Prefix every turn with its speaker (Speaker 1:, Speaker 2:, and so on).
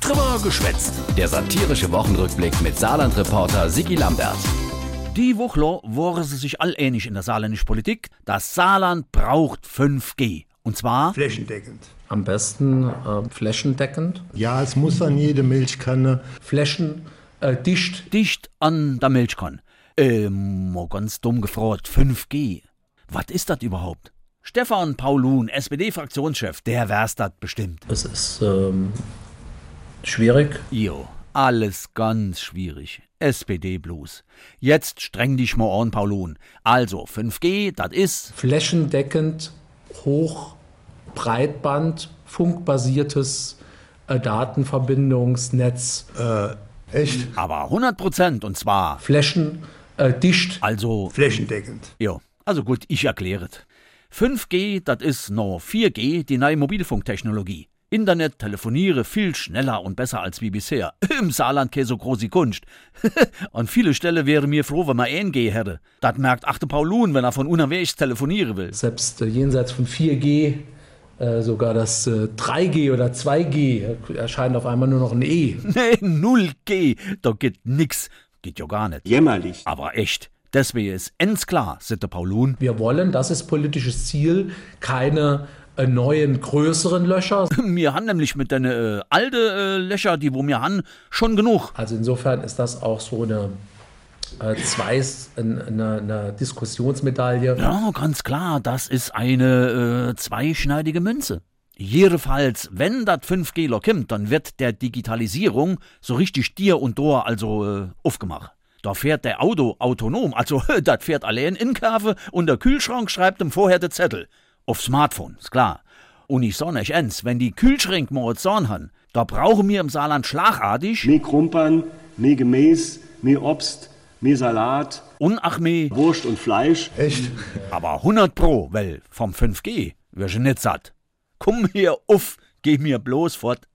Speaker 1: Trimmer geschwätzt. Der satirische Wochenrückblick mit Saarland-Reporter Sigi Lambert.
Speaker 2: Die Wuchler waren sie sich allähnlich in der saarländischen Politik. Das Saarland braucht 5G. Und zwar
Speaker 3: flächendeckend.
Speaker 4: Am besten äh, flächendeckend,
Speaker 5: Ja, es muss an jede Milchkanne.
Speaker 4: flächendicht. Äh, dicht.
Speaker 2: dicht an der Milchkanne. Ähm, mal ganz dumm gefragt, 5G. Was ist das überhaupt? Stefan Paulun, SPD-Fraktionschef, der wär's das bestimmt.
Speaker 4: es ist ähm, schwierig.
Speaker 2: Jo, alles ganz schwierig. SPD-Blues. Jetzt streng dich mal an, Paulun. Also, 5G, das ist
Speaker 4: Flächendeckend, hoch, Breitband, funkbasiertes äh, Datenverbindungsnetz.
Speaker 5: Echt?
Speaker 2: aber 100 Prozent und zwar,
Speaker 4: Flächendicht. Äh, dicht.
Speaker 2: also,
Speaker 3: Flächendeckend.
Speaker 2: ja, also gut, ich erkläre es. 5G, das ist noch 4G, die neue Mobilfunktechnologie. Internet, telefoniere viel schneller und besser als wie bisher. Im Saarland käse so große Kunst. An viele Stelle wäre mir froh, wenn man 1G hätte. Das merkt achte Paulun, wenn er von unterwegs telefonieren will.
Speaker 4: Selbst äh, jenseits von 4G, äh, sogar das äh, 3G oder 2G erscheint auf einmal nur noch ein E.
Speaker 2: Nee, 0G, da geht nix. Geht ja gar nicht.
Speaker 6: Jämmerlich.
Speaker 2: Aber echt, deswegen ist ends klar, sitte Paulun.
Speaker 4: Wir wollen, das ist politisches Ziel, keine äh, neuen, größeren Löcher.
Speaker 2: Mir han nämlich mit deine äh, alte äh, Löcher, die wo mir han, schon genug.
Speaker 4: Also insofern ist das auch so eine, äh, Zweis, eine, eine, eine Diskussionsmedaille.
Speaker 2: Ja, ganz klar, das ist eine äh, zweischneidige Münze. Jedenfalls, wenn das 5G lo kommt, dann wird der Digitalisierung so richtig dir und Dor also äh, aufgemacht. Da fährt der Auto autonom, also das fährt allein in Kurve und der Kühlschrank schreibt ihm vorher den Zettel. Auf Smartphone, ist klar. Und ich sag nicht eins, wenn die Kühlschränk mal zorn han, da brauchen wir im Saarland schlagartig
Speaker 6: Mehr Krumpern, mehr Gemäß, mehr Obst, mehr Salat,
Speaker 2: und ach meh,
Speaker 6: Wurst und Fleisch.
Speaker 5: Echt?
Speaker 2: aber 100 pro, weil vom 5G, wir sind nicht satt. Komm hier auf, geh mir bloß fort.